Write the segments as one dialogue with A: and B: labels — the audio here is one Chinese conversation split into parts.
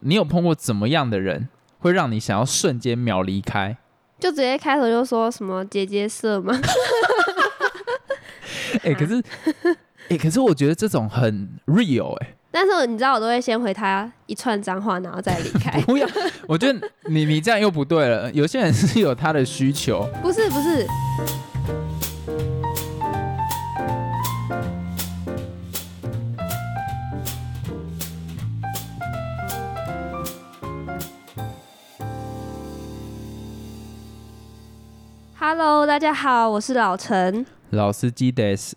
A: 你有碰过怎么样的人，会让你想要瞬间秒离开？
B: 就直接开头就说什么姐姐色嘛，
A: 哎、可是，哎、可是我觉得这种很 real 哎、。
B: 但是你知道我都会先回他一串脏话，然后再离开
A: 不要，我觉得你你这样又不对了。有些人是有他的需求，
B: 不是不是，Hello，大家好，我是老陈。
A: 老司机 des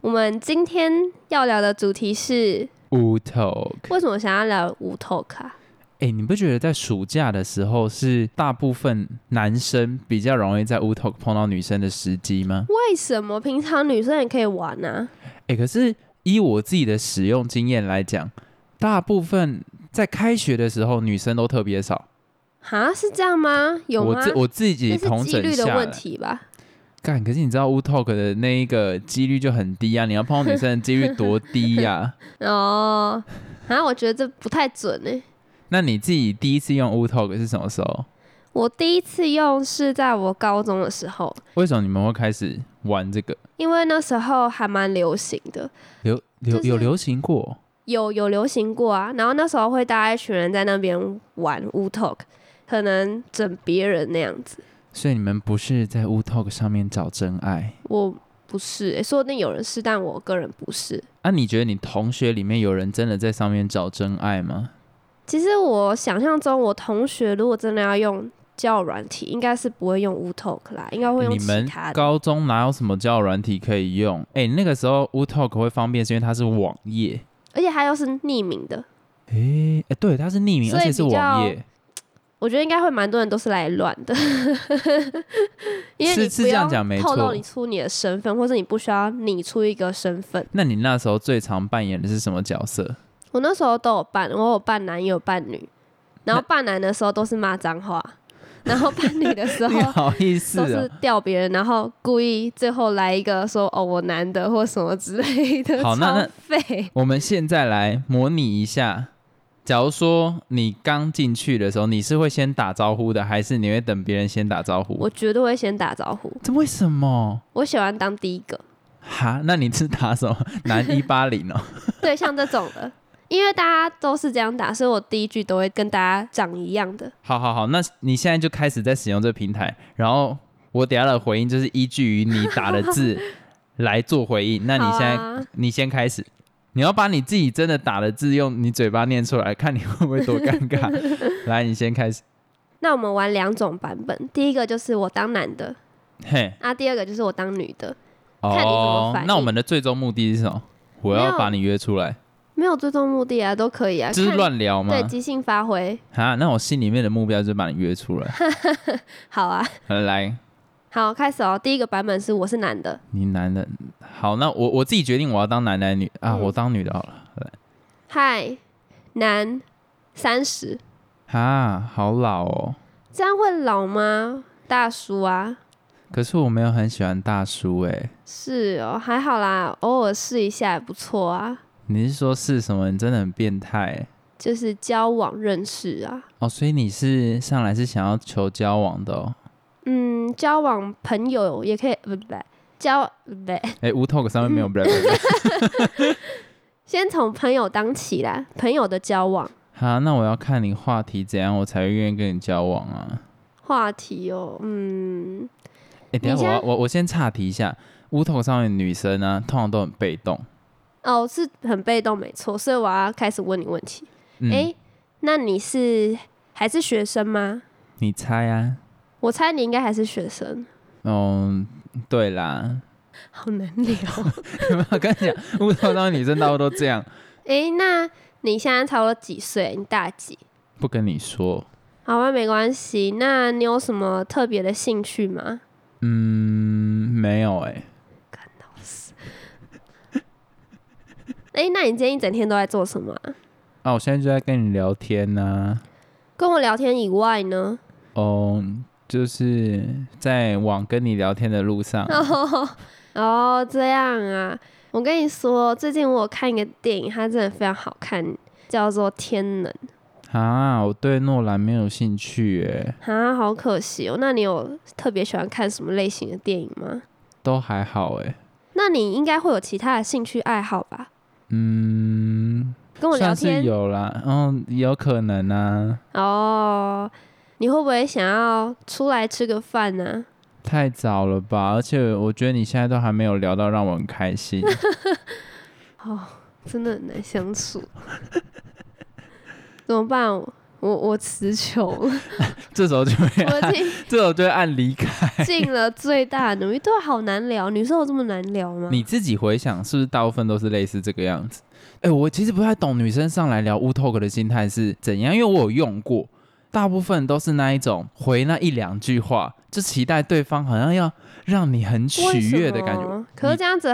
B: 我们今天要聊的主题是
A: u talk。
B: 为什么想要聊啊无头卡？
A: 哎、你不觉得在暑假的时候是大部分男生比较容易在 u talk 碰到女生的时机吗？
B: 为什么平常女生也可以玩啊？
A: 哎、可是依我自己的使用经验来讲，大部分在开学的时候女生都特别少。
B: 哈，是这样吗？有
A: 我
B: 吗？
A: 自我自己
B: 这
A: 同
B: 是几
A: 整
B: 率的
A: 下
B: 问
A: 来，
B: 题吧？
A: 干，可是你知道 U Talk 的那一个几率就很低啊，你要碰到女生的几率多低呀、
B: 哦，啊，我觉得这不太准欸呢、
A: 那你自己第一次用 U Talk 是什么时候？
B: 我第一次用是在我高中的时候，
A: 为什么你们会开始玩这个？
B: 因为那时候还蛮流行的，
A: 流流、
B: 就是
A: 有流行过？
B: 有有流行过啊。然后那时候会大家一群人在那边玩 Wu Talk，可能整别人那样子。
A: 所以你们不是在 U Talk 上面找真爱？
B: 我不是、欸，说不定有人是，但我个人不是。
A: 啊，你觉得你同学里面有人真的在上面找真爱吗？
B: 其实我想象中，我同学如果真的要用交友软体，应该是不会用 Wu Talk 啦，应该会用
A: 你
B: 其
A: 们
B: 他的。
A: 高中哪有什么交友软体可以用？哎、那个时候 U Talk 会方便是因为它是网页。
B: 而且它又是匿名的，
A: 哎、哎、对，它是匿名，
B: 所
A: 而
B: 以
A: 且是
B: 比较
A: 网页。
B: 我觉得应该会蛮多人都是来乱的， 因为
A: 是
B: 你
A: 是
B: 不
A: 这样
B: 要
A: 讲没
B: 透露
A: 错
B: 你出你的身份，或者你不需要拟出一个身份。
A: 那你那时候最常扮演的是什么角色？
B: 我那时候都有扮，我有扮男也有扮女，然后扮男的时候都是骂脏话，然后扮女的时
A: 你
B: 候
A: 好意思
B: 都
A: 啊
B: 是、吊别人，然后故意最后来一个说哦我男的或什么之类的，
A: 好那那
B: 超废。
A: 我们现在来模拟一下，假如说你刚进去的时候，你是会先打招呼的，还是你会等别人先打招呼
B: 我？绝对会先打招呼，
A: 这为什么？
B: 我喜欢当第一 个，
A: 哈，那你是打什么？男一八零哦，
B: 对，像这种的，因为大家都是这样打，所以我第一句都会跟大家长一样的。
A: 好好好，那你现在就开始在使用这个平台，然后我等一下的回应就是依据于你打的字 来做回应。那你现在、
B: 好啊
A: 你先开始，你要把你自己真的打的字用你嘴巴念出来，看你会不会多尴 尬。来，你先开始。
B: 那我们玩两种版本，第一个就是我当男的，
A: 嘿，
B: 啊，第二个就是我当女的，看你怎么
A: 哦
B: 反，应
A: 那我们的最终目的是什么？我
B: 没
A: 要
B: 有
A: 把你约出来，
B: 没有最终目的啊，都可以啊，
A: 就是
B: 看
A: 乱聊吗
B: 对？即兴发挥，
A: 啊，那我心里面的目标就是把你约出来。
B: 好啊，
A: 来，
B: 好，开始哦。第一个版本是我是男的，
A: 你男的，好，那我我自己决定我要当男的还是女啊，
B: 嗯
A: 我当女的好了。
B: 嗨，男，三十，
A: 啊，好老哦。
B: 这样会老吗？大叔啊，
A: 可是我没有很喜欢大叔哎、
B: 是哦，还好啦，偶尔试一下也不错啊，
A: 你是说是什么？你真的很变态欸、
B: 就是交往认识啊，
A: 哦，所以你是上来是想要求交往的哦？
B: 嗯，交往朋友也可以，呃不不不，交不不，
A: 哎、无 talk 上面没有 blah blah blah
B: 先从朋友当起啦，朋友的交往。
A: 好，那我要看你话题怎样，我才会愿意跟你交往啊。
B: 话题哦，嗯，
A: 哎、等一下我
B: 你现
A: 要
B: 在
A: 我我先岔题一下，无 talk 上面的女生呢、通常都很被动。
B: 哦，是很被动，没错，所以我要开始问你问题。
A: 嗯，
B: 哎、那你是还是学生吗？
A: 你猜啊？
B: 我猜你应该还是学生，
A: 嗯，对啦，
B: 好难聊。
A: 我跟你讲，无 talk 上面女生大多都这样，
B: 哎、那你现在差不多几岁？你大几？
A: 不跟你说。
B: 好吧，没关系。那你有什么特别的兴趣吗？
A: 嗯，没有哎、
B: 哎、那你今天一整天都在做什么啊、
A: 啊，我现在就在跟你聊天啊呐、
B: 跟我聊天以外呢？
A: 哦，就是在往跟你聊天的路上，
B: 哦，哦，这样啊！我跟你说，最近我有看一个电影，它真的非常好看，叫做《天能》。
A: 啊，我对诺兰没有兴趣诶，
B: 啊，好可惜哦。那你有特别喜欢看什么类型的电影吗？
A: 都还好诶。
B: 那你应该会有其他的兴趣爱好吧？
A: 嗯，
B: 跟我聊
A: 算是
B: 天
A: 有啦，嗯，有可能啊，
B: 哦，你会不会想要出来吃个饭啊呢、
A: 太早了吧？而且我觉得你现在都还没有聊到让我很开心。
B: 哦，真的很难相 处，怎么办？我我词 穷，我
A: 这时候就会按，
B: 已
A: 这时候就会按离开。
B: 经尽了最大的努力，对，啊好难聊。女生有这么难聊吗？
A: 你自己回想，是不是大部分都是类似这个样子？哎、我其实不太懂女生上来聊 w Talk 的心态是怎样，因为我有用过，大部分都是那一种回那一两句话，就期待对方好像要让你很
B: 为
A: 取
B: 什
A: 悦的感觉。
B: 么可是这样子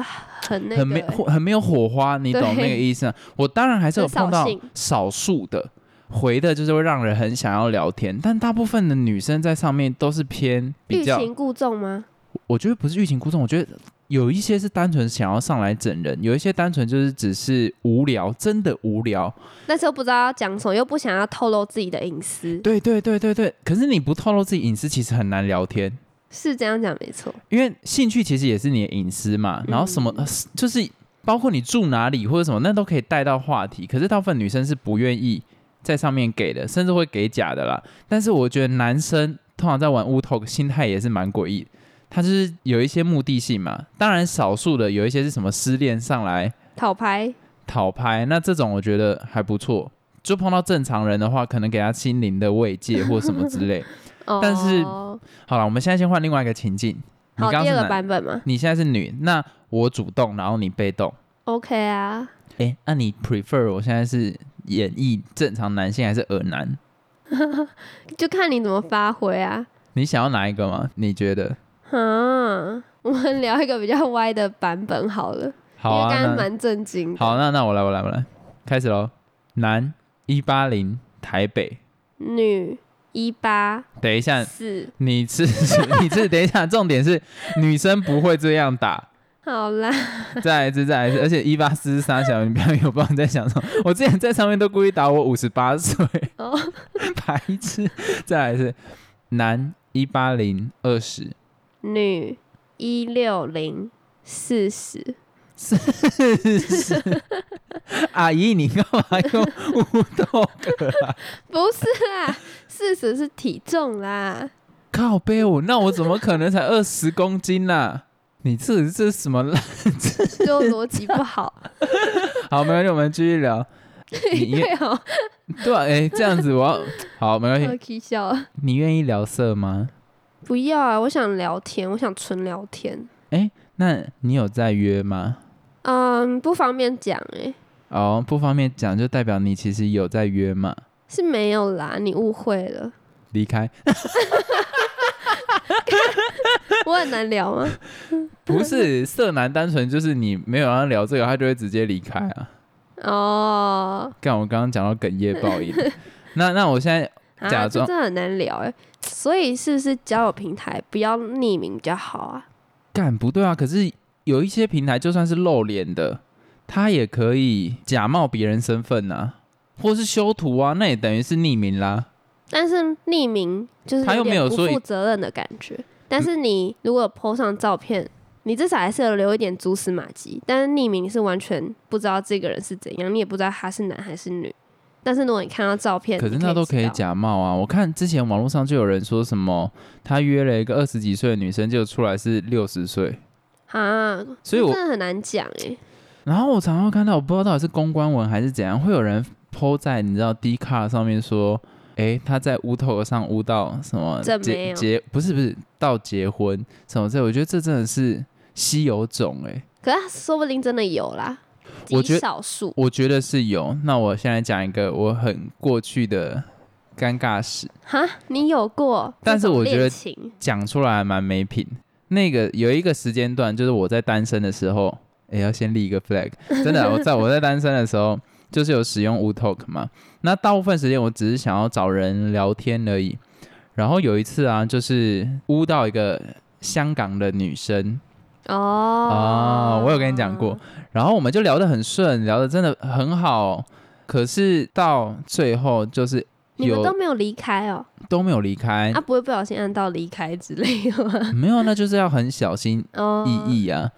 B: 很哦那个、
A: 很没
B: 欸，
A: 很没有火花，你
B: 对
A: 懂那个意思吗？我当然还是有
B: 很扫
A: 碰到
B: 兴
A: 少数的回的，就是会让人很想要聊天，但大部分的女生在上面都是偏比
B: 欲
A: 较，
B: 擒故纵吗？
A: 我觉得不是欲擒故纵，我觉得有一些是单纯想要上来整人，有一些单纯就是只是无聊，真的无聊。
B: 那时候不知道要讲什么，又不想要透露自己的隐私，
A: 对对对对对，可是你不透露自己隐私，其实很难聊天。
B: 是这样讲没错。
A: 因为兴趣其实也是你的隐私嘛，然后什么、呃就是包括你住哪里或者什么，那都可以带到话题。可是大部分女生是不愿意在上面给的，甚至会给假的啦。但是我觉得男生通常在玩 w Talk 心态也是蛮诡异的，他就是有一些目的性嘛。当然，少数的有一些是什么失恋上来
B: 讨牌
A: 讨拍，那这种我觉得还不错。就碰到正常人的话，可能给他心灵的慰藉或什么之 类。
B: 哦，
A: 但是好了，我们现在先换另外一个情境。你
B: 好
A: 刚刚
B: 第
A: 是
B: 二
A: 哪
B: 个版本嘛
A: 你现在是女，那我主动，然后你被动。
B: ，OK 啊，
A: 哎、那、你 prefer 我现在是演绎正常男性还是耳男？
B: 就看你怎么发挥啊。
A: 你想要哪一个吗？你觉得？
B: 嗯， 我们聊一个比较歪的版本好了，
A: 好
B: 因为
A: 啊，
B: 刚刚
A: 那
B: 蛮震惊的。
A: 好，那那我来，我来，我来，开始喽。男一八零台北，
B: 女一八
A: 等一下，
B: 四，
A: 你是 你是等一下，重点是女生不会这样打。
B: 好啦，
A: 再来一次，再来一次，而且一八四是三小，你不要有不知道你在想什么。 我之前在上面都故意打我五十八岁。
B: 哦，
A: 白痴。再来是男一八零二十
B: 女一六零四十，
A: 阿姨，你干嘛用乌豆壳啊？
B: 不是啦，四十是体重啦。
A: 靠背我，那我怎么可能才二十公斤啦、你这这是什么 烂？
B: 就逻辑不好。
A: 好，没关系，我们继续聊。 你愿
B: 对哦，
A: 对啊，哎、这样子我要好，没关
B: 我
A: 系。
B: 起笑了。
A: 你愿意聊色吗？
B: 不要啊，我想聊天，我想纯聊天。
A: 那你有在约吗？
B: 嗯，不方便讲哎、
A: 哦，不方便讲，就代表你其实有在约嘛。
B: 是没有啦，你误会了。
A: 离开，
B: 我很难聊吗？
A: 不是色男，单纯就是你没有要聊这个，他就会直接离开啊。
B: 哦，
A: 干，我刚刚讲到哽咽报 应。那那我现在假
B: 啊，这
A: 装
B: 真的很难聊哎、所以是不是交友平台不要匿名比较好啊？
A: 干不对啊，可是有一些平台就算是露脸的，他也可以假冒别人身份呐、啊，或是修图啊，那也等于是匿名啦。
B: 但是匿名就是
A: 他又没
B: 点
A: 有
B: 不
A: 说
B: 负责任的感觉。但是你如果 PO 上照片，你至少还是有留一点蛛丝马迹。但是匿名是完全不知道这个人是怎样，你也不知道他是男还是女。但是如果你看到照片，
A: 可是
B: 你
A: 那都可以
B: 知道。
A: 假冒啊。我看之前网络上就有人说什么，他约了一个二十几岁的女生，就出来是六十岁。
B: 啊，
A: 所以我
B: 这真的很难讲哎、
A: 然后我常常会看到，我不知道到底是公关文还是怎样，会有人 PO 在你知道 d 卡上面说，诶，他在乌头上乌到什么
B: 这没
A: 结
B: 有
A: 结不是不是到结婚什么这，我觉得这真的是稀有种诶，
B: 可是他说不定真的有啦，
A: 我觉
B: 极
A: 得
B: 少数。
A: 我觉得是有。那我现在讲一个我很过去的尴尬史，
B: 哈，你有过这种恋
A: 但
B: 情？
A: 是我觉得讲出来还蛮没品。那个有一个时间段，就是我在单身的时候，也要先立一个 flag。真的，我在我在单身的时候，就是有使用 w Talk 嘛。那大部分时间我只是想要找人聊天而已。然后有一次啊，就是污到一个香港的女生
B: 哦
A: 哦啊、我有跟你讲过。然后我们就聊得很顺，聊得真的很好。可是到最后就是
B: 你们
A: 有哎
B: 都没有离开哦，
A: 都没有离开
B: 啊，，不会不小心按到离开之类的吗？
A: 没有，那就是要很小心
B: 哦，
A: 翼翼啊。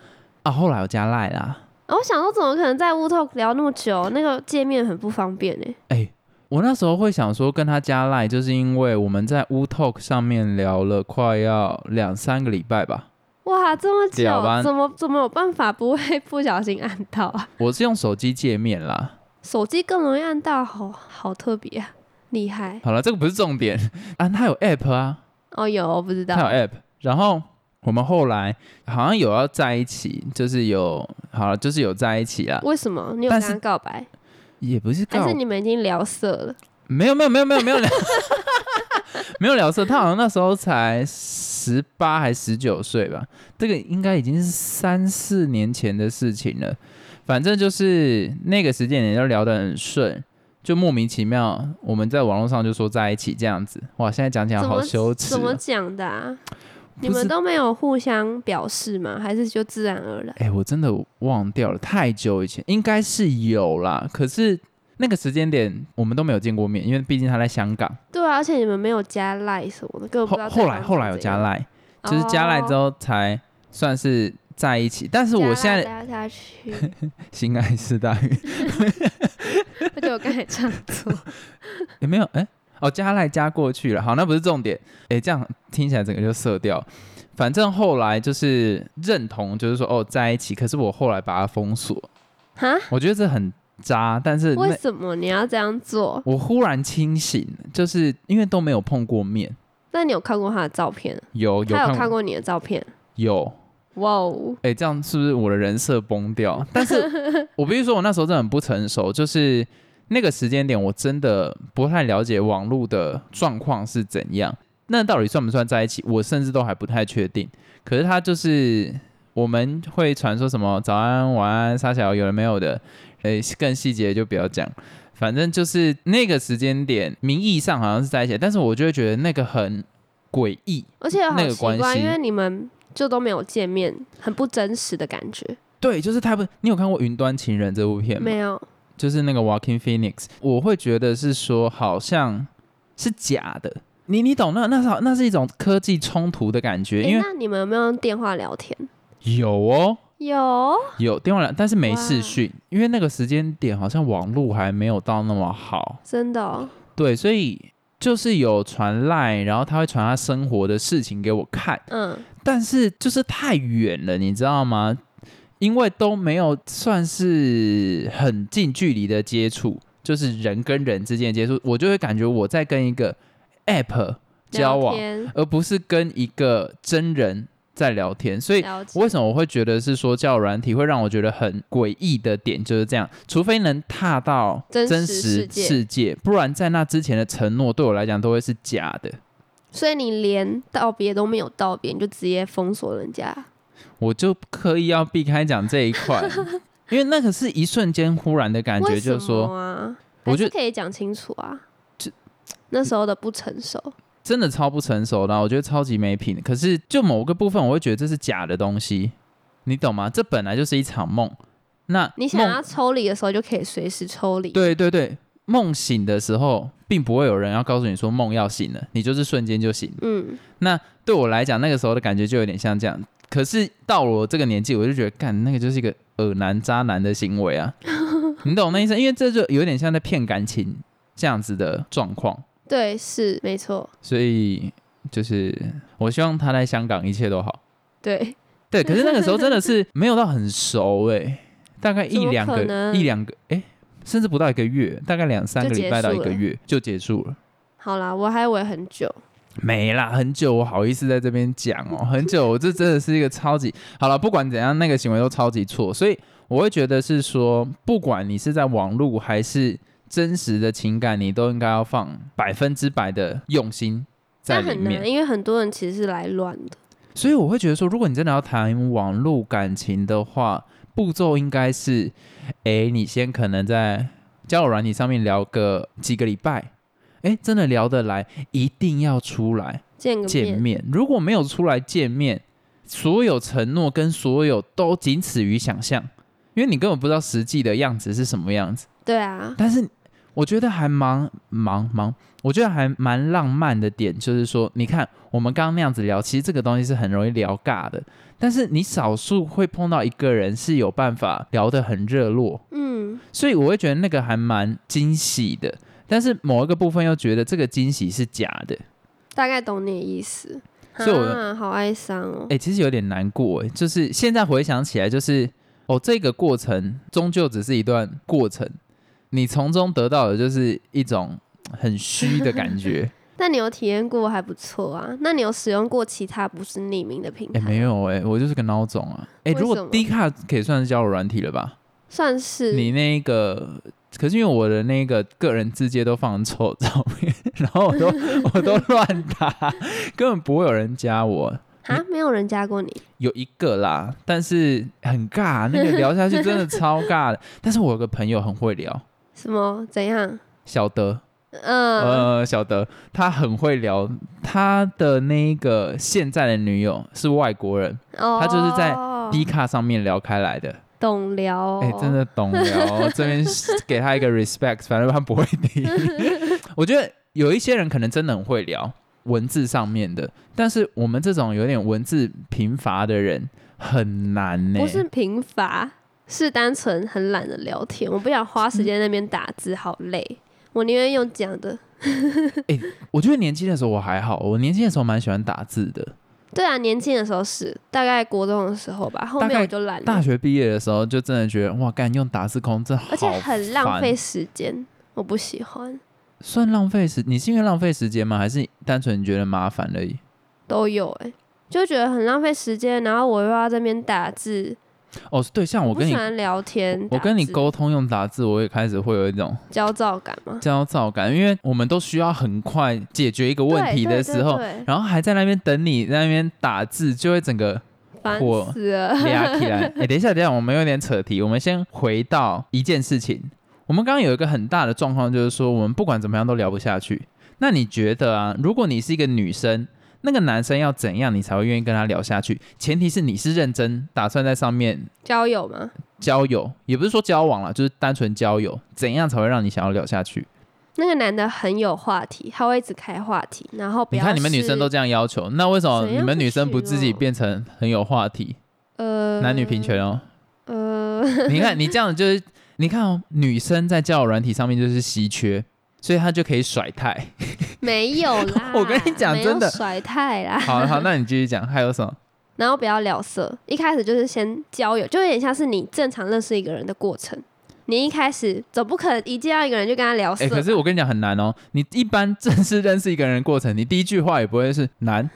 A: 啊，后来我加赖啦，
B: 哦我想说，怎么可能在乌透聊那么久？那个界面很不方便欸呢。
A: 哎、我那时候会想说跟他加赖，就是因为我们在 Wu Talk 上面聊了快要两三个礼拜吧。
B: 哇，这么久
A: 屌吧，
B: 怎么怎么有办法不会不小心按到啊？
A: 我是用手机界面啦。
B: 手机更容易按到，好好特别啊，厉害
A: 好了，这个不是重点 啊，他有 App 啊，
B: 哦！有我不知
A: 他有
B: 道，
A: App。然后我们后来好像有要在一起，就是有好了，就是有在一起啦，
B: 为什么你有
A: 但
B: 跟
A: 是
B: 他告白，
A: 也不是
B: 还
A: 告
B: 是你们已经聊色了？
A: 没有没有没有没有没有聊，没有聊色。他好像那时候才十八还十九岁吧，这个应该已经是三四年前的事情了。反正就是那个时间点就聊得很顺，就莫名其妙我们在网络上就说在一起这样子。哇，现在讲起来
B: 怎
A: 好
B: 么
A: 羞耻
B: 怎么
A: 哦、
B: 讲的啊？
A: 不
B: 你
A: 是
B: 们都没有互相表示吗？还是就自然而然？
A: 哎、我真的忘掉了，太久以前应该是有啦，可是那个时间点我们都没有见过面，因为毕竟他在香港。
B: 对啊，而且你们没有加赖什么的，根本不
A: 后
B: 知道对
A: 后
B: 方
A: 来
B: 长
A: 后来有
B: 怎
A: 加
B: 样，
A: 赖。就是加赖之
B: 哦，
A: 后才算是在一起。但是我现在
B: 加赖加下去，
A: 心爱是大于
B: 而且我刚才唱错，
A: 也没有哎、哦，加赖加过去了。好，那不是重点。哎、这样听起来整个就色掉。反正后来就是认同，就是说哦在一起。可是我后来把它封锁，
B: 哈，
A: 我觉得这很渣。但是
B: 为
A: 那
B: 什么你要这样做？
A: 我忽然清醒，就是因为都没有碰过面，
B: 那你有看过他的照片？
A: 有有
B: 他有
A: 看
B: 看过你的照片？
A: 有
B: 哇哦，
A: 哎、这样是不是我的人设崩掉？但是我必须说，我那时候真的很不成熟，就是那个时间点，我真的不太了解网络的状况是怎样。那到底算不算在一起？我甚至都还不太确定。可是他就是我们会传说什么早安、晚安、撒小，有的没有的，诶、更细节就不要讲。反正就是那个时间点，名义上好像是在一起，但是我就会觉得那个很诡异。
B: 而且好
A: 那个
B: 奇
A: 关
B: 怪，
A: 系
B: 因为你们就都没有见面，很不真实的感觉。
A: 对，就是他不，你有看过《云端情人》这部片吗？
B: 没有，
A: 就是那个 Walking Phoenix，我会觉得是说好像是假的。你你懂那那是那是一种科技冲突的感觉，
B: 诶
A: 因为
B: 那你们有没有用电话聊天？
A: 有哦
B: 有，
A: 有电话聊，但是没
B: 哇
A: 视讯，因为那个时间点好像网络还没有到那么好，
B: 真的、哦。
A: 对，所以就是有传赖，然后他会传他生活的事情给我看，
B: 嗯，
A: 但是就是太远了，你知道吗？因为都没有算是很近距离的接触，就是人跟人之间的接触，我就会感觉我在跟一个 app 交
B: 聊
A: 往，
B: 天，
A: 而不是跟一个真人在聊天。所以
B: 了解。
A: 为什么我会觉得是说交友软体会让我觉得很诡异的点就是这样，除非能踏到
B: 真实
A: 真实
B: 世界
A: 世界，不然在那之前的承诺对我来讲都会是假的。
B: 所以你连道别都没有道别，你就直接封锁人家，
A: 我就刻意要避开讲这一块， 因为那个是一瞬间忽然的感觉，
B: 为什
A: 就是
B: 么
A: 说
B: 啊，
A: 我
B: 还
A: 觉
B: 是
A: 得
B: 可以讲清楚啊
A: 这。
B: 那时候的不成熟，
A: 真的超不成熟的啊、我觉得超级没品。可是就某个部分，我会觉得这是假的东西，你懂吗？这本来就是一场梦。那
B: 你想
A: 梦
B: 要，抽离的时候就可以随时抽离。
A: 对对对，梦醒的时候，并不会有人要告诉你说梦要醒了，你就是瞬间就醒了。
B: 嗯，
A: 对我来讲，那个时候的感觉就有点像这样。可是到了我这个年纪，我就觉得干那个就是一个恶男渣男的行为 啊，你懂我那意思？因为这就有点像在骗感情这样子的状况，
B: 对，是没错，
A: 所以就是我希望他在香港一切都好。
B: 对，
A: 对，可是那个时候真的是没有到很熟诶、大概
B: 怎
A: 一
B: 么
A: 两
B: 可
A: 个
B: 能
A: 一两个诶，甚至不到一个月，大概两三个礼拜到一个月就结束了。
B: 好啦，我还以为很久，
A: 没啦，很久，我好意思在这边讲哦，很久，我这真的是一个超级好了，不管怎样，那个行为都超级错，所以我会觉得是说，不管你是在网络还是真实的情感，你都应该要放百分之百的用心在
B: 但
A: 里
B: 很难，
A: 面。
B: 因为很多人其实是来乱的，
A: 所以我会觉得说，如果你真的要谈网络感情的话，步骤应该是，诶，你先可能在交友软体上面聊个几个礼拜，诶，真的聊得来，一定要出来。
B: 见个
A: 见
B: 面，
A: 面。如果没有出来见面，所有承诺跟所有都仅此于想象，因为你根本不知道实际的样子是什么样子。
B: 对啊，
A: 但是我觉得还蛮蛮蛮，我觉得还蛮浪漫的点，就是说，你看我们刚刚那样子聊，其实这个东西是很容易聊尬的，但是你少数会碰到一个人是有办法聊得很热络，
B: 嗯，
A: 所以我会觉得那个还蛮惊喜的。但是某一个部分又觉得这个惊喜是假的，
B: 大概懂你的意思。
A: 所以我
B: 啊，好哀伤哦。
A: 哎、其实有点难过哎，就是现在回想起来，就是哦，这个过程终究只是一段过程，你从中得到的就是一种很虚的感 觉。
B: 那你有体验过还不错啊？那你有使用过其他不是匿名的平
A: 哎、
B: 台？
A: 没有哎、我就是个孬种啊。哎、
B: 为
A: 如
B: 什
A: 果
B: 么
A: D 卡可以算是交友软体了吧？
B: 算是
A: 你那个，可是因为我的那个个人字界都放很丑的照片， 然后 我都我都乱打，根本不会有人加我。
B: 啊，没有人加过你，
A: 有一个啦，但是很尬，那个聊下去真的超尬 的。但是我有个朋友很会聊，
B: 什么怎样？
A: 小德，
B: 嗯，
A: 呃，小德，他很会聊。他的那个现在的女友是外国人，
B: 哦，
A: 他就是在 D 卡上面聊开来的。
B: 懂聊哦，
A: 哎、真的懂聊，这边给他一 个 respect，反正他不会低。我觉得有一些人可能真的很会聊文字上面的，但是我们这种有点文字贫乏的人很难欸呢、
B: 不是贫乏，是单纯很懒得聊天。我不想花时间在那边打字，好累。我宁愿用讲的。
A: 我觉得年轻的时候我还好，我年轻的时候蛮喜欢打字的。
B: 对啊，年轻的时候是，大概国中的时候吧，后
A: 大
B: 面
A: 概
B: 我就懒
A: 大
B: 了，
A: 学毕业的时候就真的觉得哇，干用打字空真好，
B: 而且很浪费，时间，我不喜欢，
A: 算浪费时。你是因为浪费时间吗？还是单纯觉得麻烦而已？
B: 都有哎、就觉得很浪费时间，然后我又要在那边打字，
A: 哦，对，像我
B: 不
A: 跟
B: 喜
A: 你，
B: 欢聊天，
A: 我跟你
B: 打字
A: 沟通用打字，我也开始会有一种
B: 焦躁感嘛。
A: 焦躁感，因为我们都需要很快解决一个问题的时候，
B: 对对对
A: 然后还在那边等你，在那边打字，就会整个
B: 对烦
A: 火
B: 死了。
A: 俩起来。哎、等一下，等一下，我们有点扯题，我们先回到一件事情。我们刚刚有一个很大的状况，就是说我们不管怎么样都聊不下去。那你觉得啊，如果你是一个女生，那个男生要怎样你才会愿意跟他聊下去？前提是你是认真打算在上面
B: 交友嘛，
A: 交友，也不是说交往啦，就是单纯交友，怎样才会让你想要聊下去？
B: 那个男的很有话题，他会一直开话题，然后不
A: 你
B: 要
A: 看你们女
B: 是
A: 生都这样要求，那为什么
B: 谁要
A: 你们
B: 不
A: 女生不
B: 行
A: 自己
B: 哦
A: 变成很有话题？
B: 呃
A: 男女平权哦。
B: 呃，
A: 你看，你这样就是，你看哦，女生在交友软体上面就是稀缺，所以她就可以甩太。，
B: 没有啦
A: 我跟你讲
B: 没有
A: 真的
B: 甩太啦。
A: 好好，那你继续讲，还有什么？
B: 然后不要聊色，一开始就是先交友，就有点像是你正常认识一个人的过程。你一开始总不可能一见到一个人就跟他聊色
A: 哎、
B: 吧，
A: 可是我跟你讲很难哦。你一般正式认识一个人的过程，你第一句话也不会是难，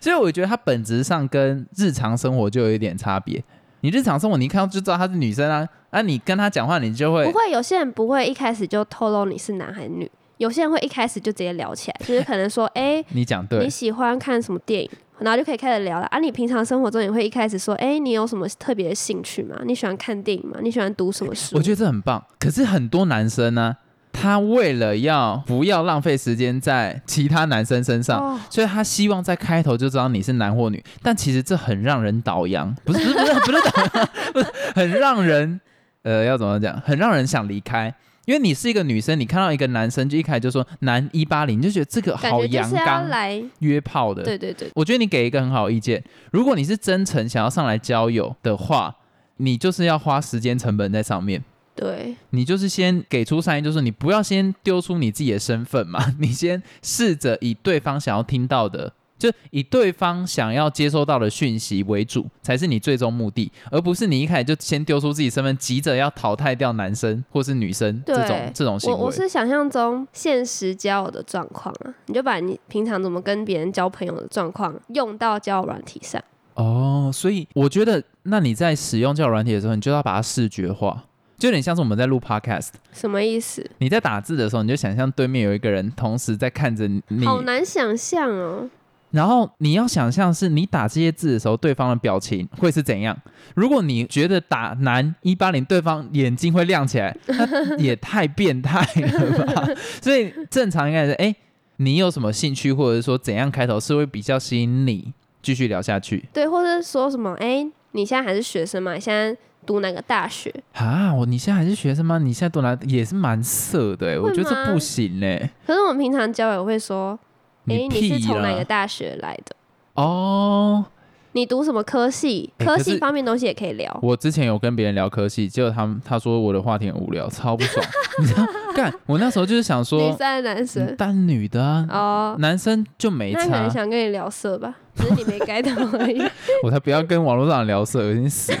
A: 所以我觉得它本质上跟日常生活就有一点差别。你日常生活你一看到就知道她是女生啊，啊，你跟她讲话你就会
B: 不会有些人不会一开始就透露你是男还是女，有些人会一开始就直接聊起来，就是可能说，哎、
A: 你讲对
B: 你，喜欢看什么电影，然后就可以开始聊了。啊，你平常生活中也会一开始说，哎、你有什么特别的兴趣吗？你喜欢看电影吗？你喜欢读什么书？
A: 我觉得这很棒。可是很多男生呢、他为了要不要浪费时间在其他男生身上，
B: 哦，
A: 所以他希望在开头就知道你是男或女，但其实这很让人倒洋，不是不是不是不是倒洋，不是很让人呃要怎么讲，很让人想离开。因为你是一个女生，你看到一个男生就一开始就说男一八零，你就觉得这个
B: 感
A: 好
B: 觉就
A: 阳
B: 是要
A: 刚，
B: 来，
A: 约炮的。
B: 对对对，
A: 我觉得你给一个很好的意见，如果你是真诚想要上来交友的话，你就是要花时间成本在上面。
B: 对，
A: 你就是先给出善意，就是你不要先丢出你自己的身份嘛， 你先试着以对方想要听到的，就以对方想要接收到的讯息为主，才是你最终目的，而不是你一开始就先丢出自己身份，急着要淘汰掉男生或是女生
B: 对
A: 这种这种行
B: 我
A: 为。
B: 我是想象中现实交友的状况啊，你就把你平常怎么跟别人交朋友的状况用到交友软体上。
A: 哦，所以我觉得，那你在使用交友软体的时候，你就要把它视觉化，就有点像是我们在录 podcast，
B: 什么意思？
A: 你在打字的时候，你就想象对面有一个人同时在看着你，
B: 好难想象哦。
A: 然后你要想象是你打这些字的时候，对方的表情会是怎样。如果你觉得打男一八零，对方眼睛会亮起来，那也太变态了吧？所以正常应该是，哎，你有什么兴趣，或者说怎样开头是会比较吸引你继续聊下去？
B: 对，或者说什么？哎、你现在还是学生嘛？你现在读哪个大学，
A: 啊，我你现在还是学生吗？你现在都来也是蛮色的、欸，我觉得
B: 吗
A: 这不行嘞、
B: 可是我们平常交友会说，诶，你是
A: 屁
B: 从哪个
A: 啦！
B: 大学来的？
A: 哦，
B: 你读什么科系？
A: 诶
B: 科
A: 可
B: 系
A: 是
B: 方面的东西也可以聊。
A: 我之前有跟别人聊科系，结果他们他说我的话题很无聊，超不爽。 你知道，干我那时候就是想
B: 女
A: 说
B: 生，还是男生？
A: 但女的啊，
B: 哦，
A: 男生就没
B: 那可能
A: 差。
B: 想跟你聊色吧，只是你没 get 到 而已。
A: 我才不要跟网络上的聊色，恶心死。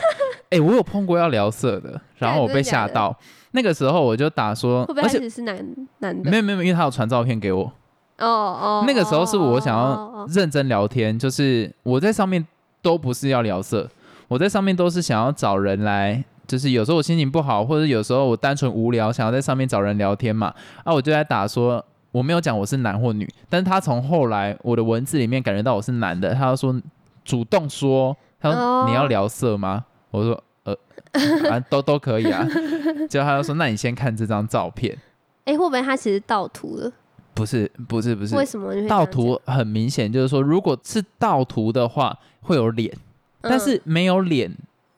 A: 哎、我有碰过要聊色的，然后我被吓到。那个时候我就打说
B: 会不，会
A: 而
B: 他
A: 且
B: 只是男男的？
A: 没有没有，因为他有传照片给我。
B: 哦哦，
A: 那个时候是我想
B: 哦哦
A: 要
B: 哦
A: 认真聊天，就是我在上面都不是要聊色，我在上面都是想要找人来，就是有时候我心情不好，或者有时候我单纯无聊，想要在上面找人聊天嘛，啊，我就在打说。我没有讲我是男或女，但是他从后来我的文字里面感觉到我是男的，他就说主动说，他说、
B: 哦
A: 你要聊色吗？我说呃，啊都都可以啊， 结果他就说那你先看这张照片，
B: 哎，会不会他其实盗图的？
A: 不是不是不是，
B: 为什么你会这样
A: 盗
B: 讲
A: 图很明显，就是说，如果是盗图的话，会有脸，
B: 嗯
A: 但是没有脸，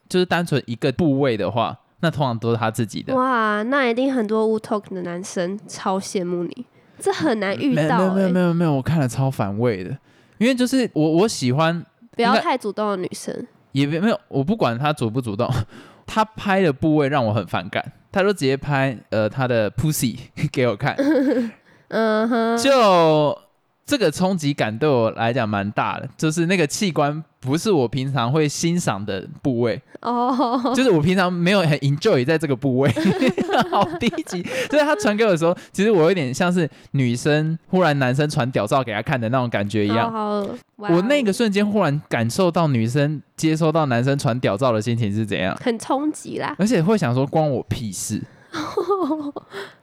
A: 就是单纯一个部位的话，那通常都是他自己的。
B: 哇，那一定很多 w talk 的男生超羡慕你，这很难遇
A: 没有没
B: 到、
A: 有没有没
B: 欸。
A: 有没有，我看了超反胃的，因为就是我我喜欢
B: 不要
A: 应该
B: 太主动的女生，
A: 也没没有，我不管他主不主动，他拍的部位让我很反感，他就直接拍呃他的 pussy 给我 看，
B: 嗯哼，
A: 就这个冲击感对我来讲蛮大的，就是那个器官不是我平常会欣赏的部位。
B: 哦，
A: 就是我平常没有很 enjoy 在这个部位， 好低级。就是他传给我的时候，其实我有点像是女生忽然男生传屌照给他看的那种感觉一
B: 好
A: 样。
B: 好，哦哇
A: 我那
B: 哦
A: 个瞬间忽然感受到女生接收到男生传屌照的心情是怎样，
B: 很冲击啦，
A: 而且会想说关我屁 事。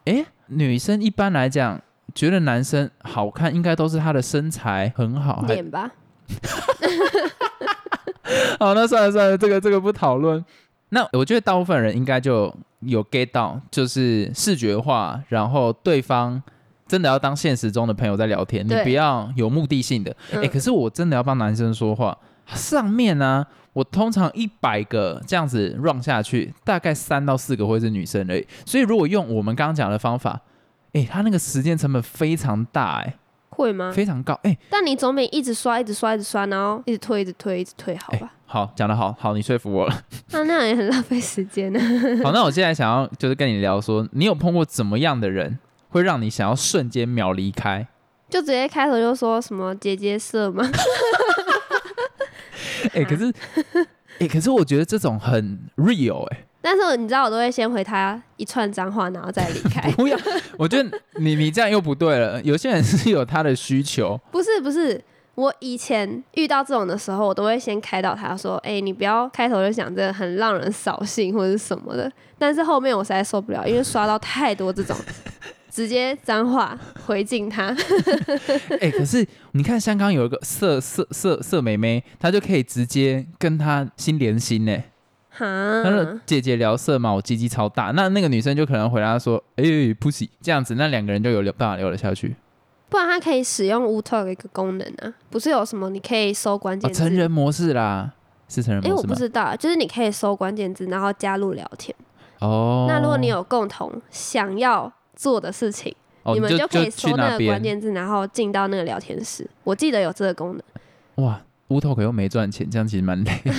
A: 诶，女生一般来讲觉得男生好看，应该都是他的身材很好，哦还
B: 脸吧，
A: 好，那算了算了，这个这个不讨论。那我觉得大部分人应该就有 get 到，就是视觉化，然后对方真的要当现实中的朋友在聊天，你
B: 对
A: 不要有目的性的。哎、
B: 嗯
A: 可是我真的要帮男生说话，上面呢、我通常一百个这样子 run 下去，大概三到四个会是女生而已。所以如果用我们刚刚讲的方法，哎、他那个时间成本非常大、
B: 会
A: 哎，
B: 吗？
A: 非常高，哎、
B: 但你总比一直刷、一直刷、一直刷，然后一直推、一直推、一直推好
A: 哎
B: 吧？啊
A: 好，讲得好，好，你说服我了。
B: 那那样也很浪费时间啊呢。
A: 好，那我现在想要就是跟你聊说，你有碰过怎么样的人会让你想要瞬间秒离开？
B: 就直接开头就说什么姐姐色吗？
A: 哎、可是，哎、可是我觉得这种很 real 哎、。
B: 但是你知道，我都会先回他一串脏话，然后再离开
A: 不要，我觉得你你这样又不对了。有些人是有他的需求，
B: 不是不是，我以前遇到这种的时候，我都会先开导他说：“哎、你不要开头就想这个很让人扫兴或者是什么的。”但是后面我实在受不了，因为刷到太多这种直接脏话回敬他，
A: 哎、可是你看香港有一个色色色色妹妹，她就可以直接跟她心连心哎、
B: 哈
A: 她，说姐姐聊色嘛，我鸡鸡超大，那那个女生就可能回答说，哎、pussy 这样子，那两个人就有办法聊得下去。
B: 不然他可以使用 w Talk 的一个功能啊，不是有什么你可以搜关
A: 哦，
B: 键字？
A: 成人模式啦，是成人
B: 哎、
A: 模
B: 我
A: 式
B: 不
A: 吗？
B: 知道，就是你可以搜关键字，然后加入聊天。
A: 哦，
B: 那如果你有共同想要做的事情，
A: 哦，
B: 你们
A: 就
B: 可以
A: 去
B: 搜
A: 那
B: 那个
A: 边
B: 关键字，然后进到那个聊天室。我记得有这个功能，
A: 哇，乌头可又没赚钱，这样其实蛮 累的。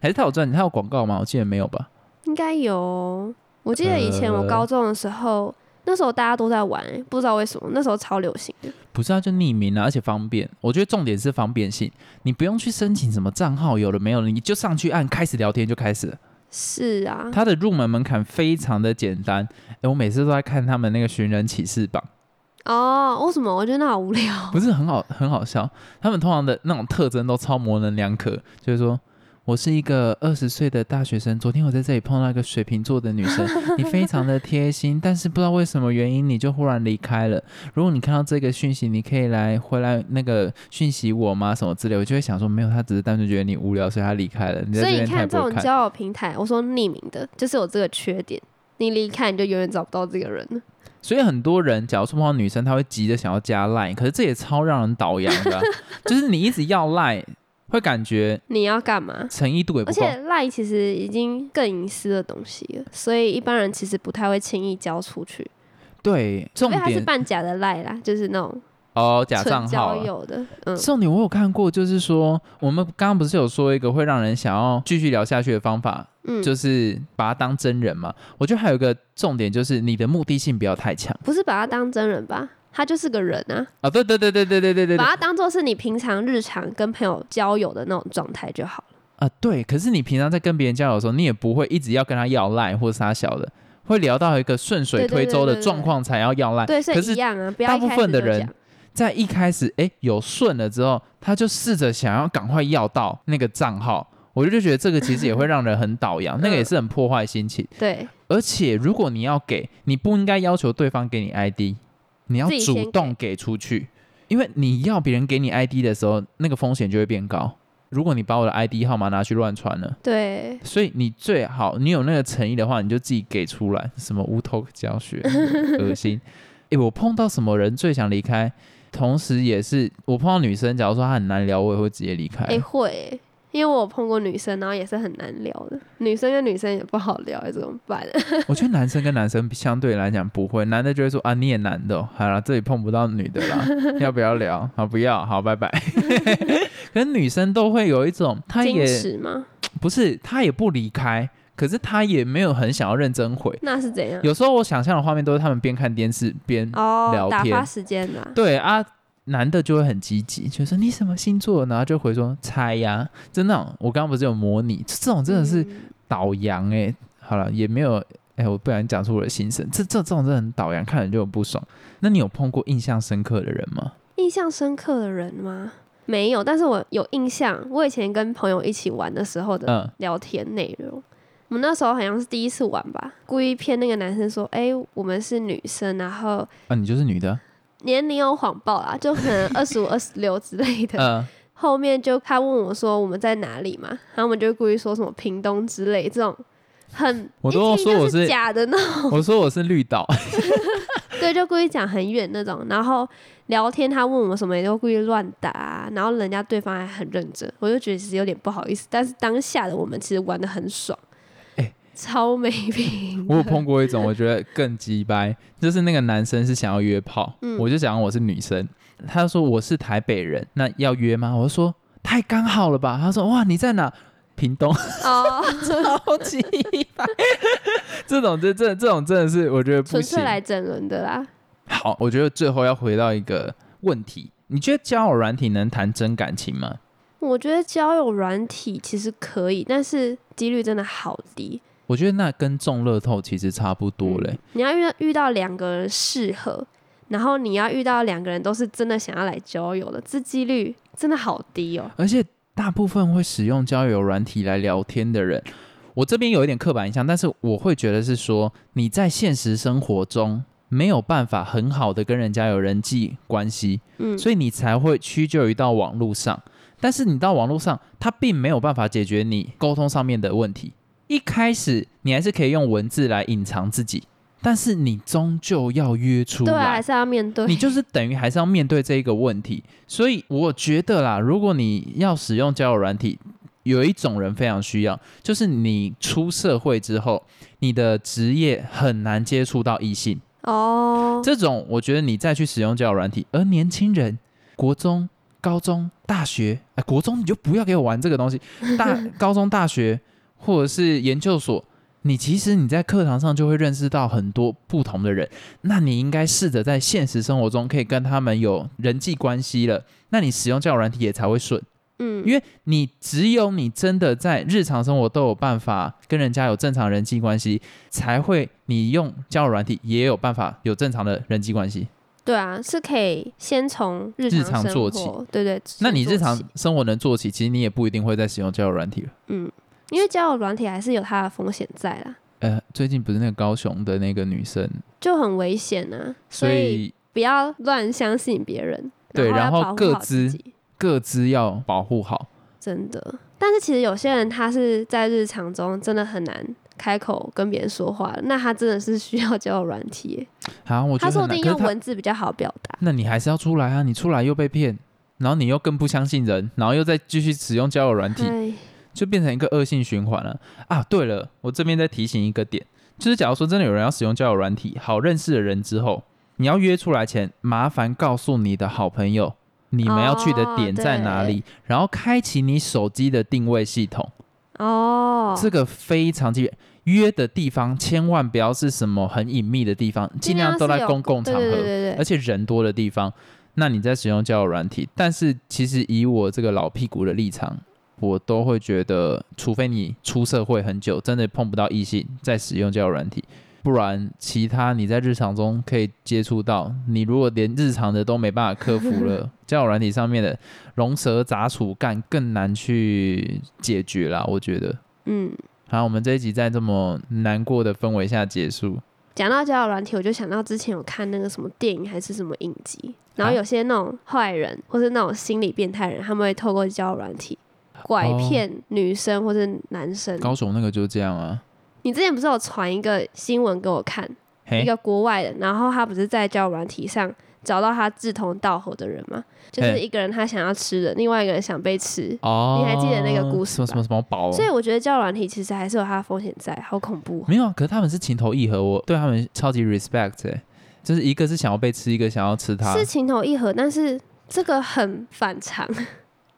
A: 还是他有赚，他有广告吗？我记得没有吧？
B: 应该有。我记得以前我
A: 呃
B: 高中的时候，那时候大家都在玩、欸不知道为什么那时候超流行的。
A: 不是啊，就匿名啊，而且方便。我觉得重点是方便性，你不用去申请什么账号，有了没有了，你就上去按开始聊天就开始了。
B: 是啊，
A: 它的入门门槛非常的简单。哎，我每次都在看他们那个寻人启事榜，
B: 哦，为什么我觉得那好无聊？
A: 不是很好，很好笑。他们通常的那种特征都超模棱两可，就是说。我是一个二十岁的大学生，昨天我在这里碰到一个水瓶座的女 生，你非常的贴心，但是不知道为什么原因你就忽然离开了。如果你看到这个讯息，你可以来回来那个讯息我吗？什么之类，我就会想说没有，他只是单纯觉得你无聊，所以他离开了。你在这
B: 所以
A: 边
B: 你
A: 太
B: 看
A: 不
B: 这
A: 会
B: 种
A: 看。
B: 交友平台，我说匿名的，就是有这个缺点，你离开你就永远找不到这个人了。
A: 所以很多人，假如说碰到女 生，她会急着想要加 line，可是这也超让人倒洋的啊、就是你一直要 line，会感觉
B: 你要干嘛？
A: 诚意度也
B: 而
A: 不够。
B: 且赖其实已经更隐私的东西了，所以一般人其实不太会轻易交出去，
A: 对，重
B: 因为它是
A: 点
B: 半假的赖啦，就是那种
A: 哦，假
B: 纯
A: 账号
B: 交
A: 啊。
B: 友的，嗯，
A: 重点我有看过，就是说我们刚刚不是有说一个会让人想要继续聊下去的方法，
B: 嗯
A: 就是把它当真人嘛。我觉得还有一个重点就是你的目的性不要太强
B: 不是把他当真人吧？他就是个人啊，
A: 啊、对对对对对对对对对
B: 把他当做是你平常日常跟朋友交友的那种状态就好了。
A: 啊，对。可是你平常在跟别人交友的时候，你也不会一直要跟他要赖或撒小的，会聊到一个顺水
B: 对对
A: 推
B: 对
A: 舟的
B: 对对
A: 状况才要要赖。
B: 对，所以
A: 哎可是
B: 一样啊，不要
A: 大
B: 一
A: 部
B: 开
A: 分
B: 始
A: 的
B: 就
A: 人
B: 讲
A: 在一开始，哎、有顺了之后，他就试着想要赶快要到那个账号，我就觉得这个其实也会让人很倒 洋，那个也是很破坏心情。
B: 对，
A: 而且如果你要给，你不应该要求对方给你 ID，你要
B: 自己先
A: 主动给出去，因为你要别人给你 ID 的时候，那个风险就会变高。如果你把我的 ID 号码拿去乱传了，
B: 对，
A: 所以你最好你有那个诚意的话，你就自己给出来，什么无头教学，恶心。诶，我碰到什么人最想离开，同时也是我碰到女生，假如说她很难聊，我也会直接离开。
B: 哎、会欸、因为我有碰过女生，然后也是很难聊的，女生跟女生也不好聊，哎怎么办？
A: 我觉得男生跟男生相对来讲不会，男的就会说啊你也男的、哦，好了这里碰不到女的啦，要不要聊？好不要，好拜拜。 可是女生都会有一种， 她
B: 矜
A: 也
B: 持吗？
A: 不是，她也不离开，可是她也没有很想要认真回。
B: 那是怎样？
A: 有时候我想象的画面都是他们边看电视边
B: 哦
A: 聊，
B: 打发
A: 天
B: 时间 啦。
A: 对啊，男的就会很积极，就说你什么星座，然后就回说猜呀、就那种我刚刚不是有模拟，这种真的是
B: 嗯
A: 倒洋哎、好了，也没有哎、我不然讲出我的心声，这这这种真的很倒洋，看人就很不爽。那你有碰过印象深刻的人吗？
B: 印象深刻的人吗？没有，但是我有印象，我以前跟朋友一起玩的时候的
A: 嗯，
B: 聊天内容。我们那时候好像是第一次玩吧，故意骗那个男生说：“哎、我们是女生，然后
A: 啊，你就是女的，
B: 年龄有谎报啦，就可能二十五、二十六之类的。
A: 嗯，
B: 后面就他问我说：“我们在哪里嘛？”然后我们就故意说什么屏东之类这种很，
A: 我都
B: 一听就
A: 说我是
B: 是假的那种，
A: 我说我是绿岛，
B: 对，就故意讲很远那种。然后聊天他问我什么，也都故意乱答、然后人家对方还很认真，我就觉得其实有点不好意思。但是当下的我们其实玩的很爽，
A: 哎
B: 超没 品。
A: 我有碰过一种，我觉得更鸡掰， 就是那个男生是想要约炮，
B: 嗯
A: 我就讲我是女生，他就说我是台北人，那要约吗？我就说太刚好了吧，他说哇你在哪？屏东，
B: 哦，
A: 超级鸡掰， 这种这这这种真的是我觉得不
B: 纯
A: 行
B: 粹。来整人的啦。
A: 好，我觉得最后要回到一个问题，你觉得交友软体能谈真感情吗？
B: 我觉得交友软体其实可以，但是几率真的好低。
A: 我觉得那跟中乐透其实差不多嘞、
B: 嗯你要遇到遇到两个人适合，然后你要遇到两个人都是真的想要来交友的，这几率真的好低哦。
A: 而且大部分会使用交友软体来聊天的人，我这边有一点刻板印象，但是我会觉得是说你在现实生活中没有办法很好的跟人家有人际关系，
B: 嗯，
A: 所以你才会屈就于到网络上。但是你到网络上，它并没有办法解决你沟通上面的问题。一开始你还是可以用文字来隐藏自己，但是你终究要约出
B: 对啊，
A: 来
B: 还。是要面对。
A: 你就是等于还是要面对这一个问题。所以我觉得啦，如果你要使用交友软体，有一种人非常需要，就是你出社会之后，你的职业很难接触到异性。
B: 哦，
A: 这种我觉得你再去使用交友软体，而年轻人，国中、高中、大学，哎，国中你就不要给我玩这个东西，大 高中、大学或者是研究所。你其实你在课堂上就会认识到很多不同的人，那你应该试着在现实生活中可以跟他们有人际关系了，那你使用交友软体也才会顺。
B: 嗯，
A: 因为你只有你真的在日常生活都有办法跟人家有正常人际关系，才会你用交友软体也有办法有正常的人际关系。
B: 对啊，是可以先从日
A: 日常
B: 生
A: 做
B: 活，
A: 起
B: 对对。
A: 那你
B: 先
A: 日
B: 做
A: 常
B: 起
A: 生活能做起，其实你也不一定会再使用交友软体了。
B: 嗯，因为交友软体还是有它的风险在啦，
A: 呃，最近不是那个高雄的那个女生，
B: 就很危险啊，所
A: 所以
B: 不要乱相信别人。
A: 对然后
B: 要保护
A: 各
B: 好自
A: 自
B: 己
A: 各自要保护好。
B: 真的。但是其实有些人他是在日常中真的很难开口跟别人说话的，那他真的是需要交友软体耶，
A: 好、我觉
B: 他
A: 得
B: 说
A: 很
B: 不
A: 难。
B: 定
A: 可是
B: 用
A: 他，
B: 文字比较好表达。
A: 那你还是要出来啊！你出来又被骗，然后你又更不相信人，然后又再继续使用交友软 体，
B: 哎，
A: 就变成一个恶性循环了啊！对了，我这边再提醒一个点，就是假如说真的有人要使用交友软体，好认识的人之后，你要约出来前，麻烦告诉你的好朋友你们要去的点在哪里，然后开启你手机的定位系统，
B: 哦，
A: 这个非常基本。约的地方千万不要是什么很隐秘的地方，尽量都
B: 啊是
A: 在
B: 有
A: 公共场合。
B: 对对对对
A: 而且人多的地方，那你在使用交友软体，但是其实以我这个老屁股的立场，我都会觉得，除非你出社会很久，真的碰不到异性，在使用交友软体，不然其他你在日常中可以接触到，你如果连日常的都没办法克服了，交友软体上面的龙蛇杂处干更难去解决啦，我觉得。
B: 嗯，
A: 好，我们这一集在这么难过的氛围下结束。
B: 讲到交友软体，我就想到之前有看那个什么电影还是什么影集，然后
A: 啊
B: 有些那种坏人或是那种心理变态人，他们会透过交友软体拐
A: 哦
B: 骗女生或是男生。
A: 高雄那个就这样啊，
B: 你之前不是有传一个新闻给我看，
A: 嘿
B: 一，个国外的，然后他不是在交友软体上找到他志同道合的人吗？就是
A: 嘿
B: 一个人他想要吃人，另外一个人想被吃。
A: 哦，
B: 你还记得那个故事
A: 什么什么什么宝？
B: 所以我觉得交友软体其实还是有它的风险在，好恐怖哦、
A: 没有啊，可是他们是情投意合，我对他们超级 respect 哎、就是一个是想要被吃，一个想要吃他。
B: 是情投意合，但是这个很反常。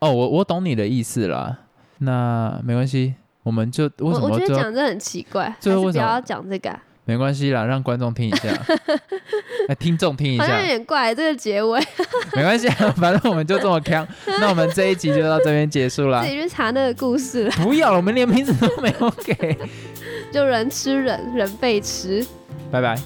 A: 哦，我我懂你的意思啦，那没关系，我们就为
B: 我
A: 什
B: 我
A: 么
B: 觉得
A: 就要
B: 讲这很奇怪，还
A: 最
B: 是
A: 后
B: 不
A: 为什么
B: 要讲这个、啊，
A: 没关系啦，让观众听一 下，哎，听众听一
B: 好
A: 下
B: 像有，点怪这个结尾，
A: 没关系、 啊，反正我们就这么坑。那我们这一集就到这边结束啦
B: 自。己去查那个故事了，
A: 不要了，我们连名字都没有给，
B: 就人吃人，人被吃。
A: 拜拜。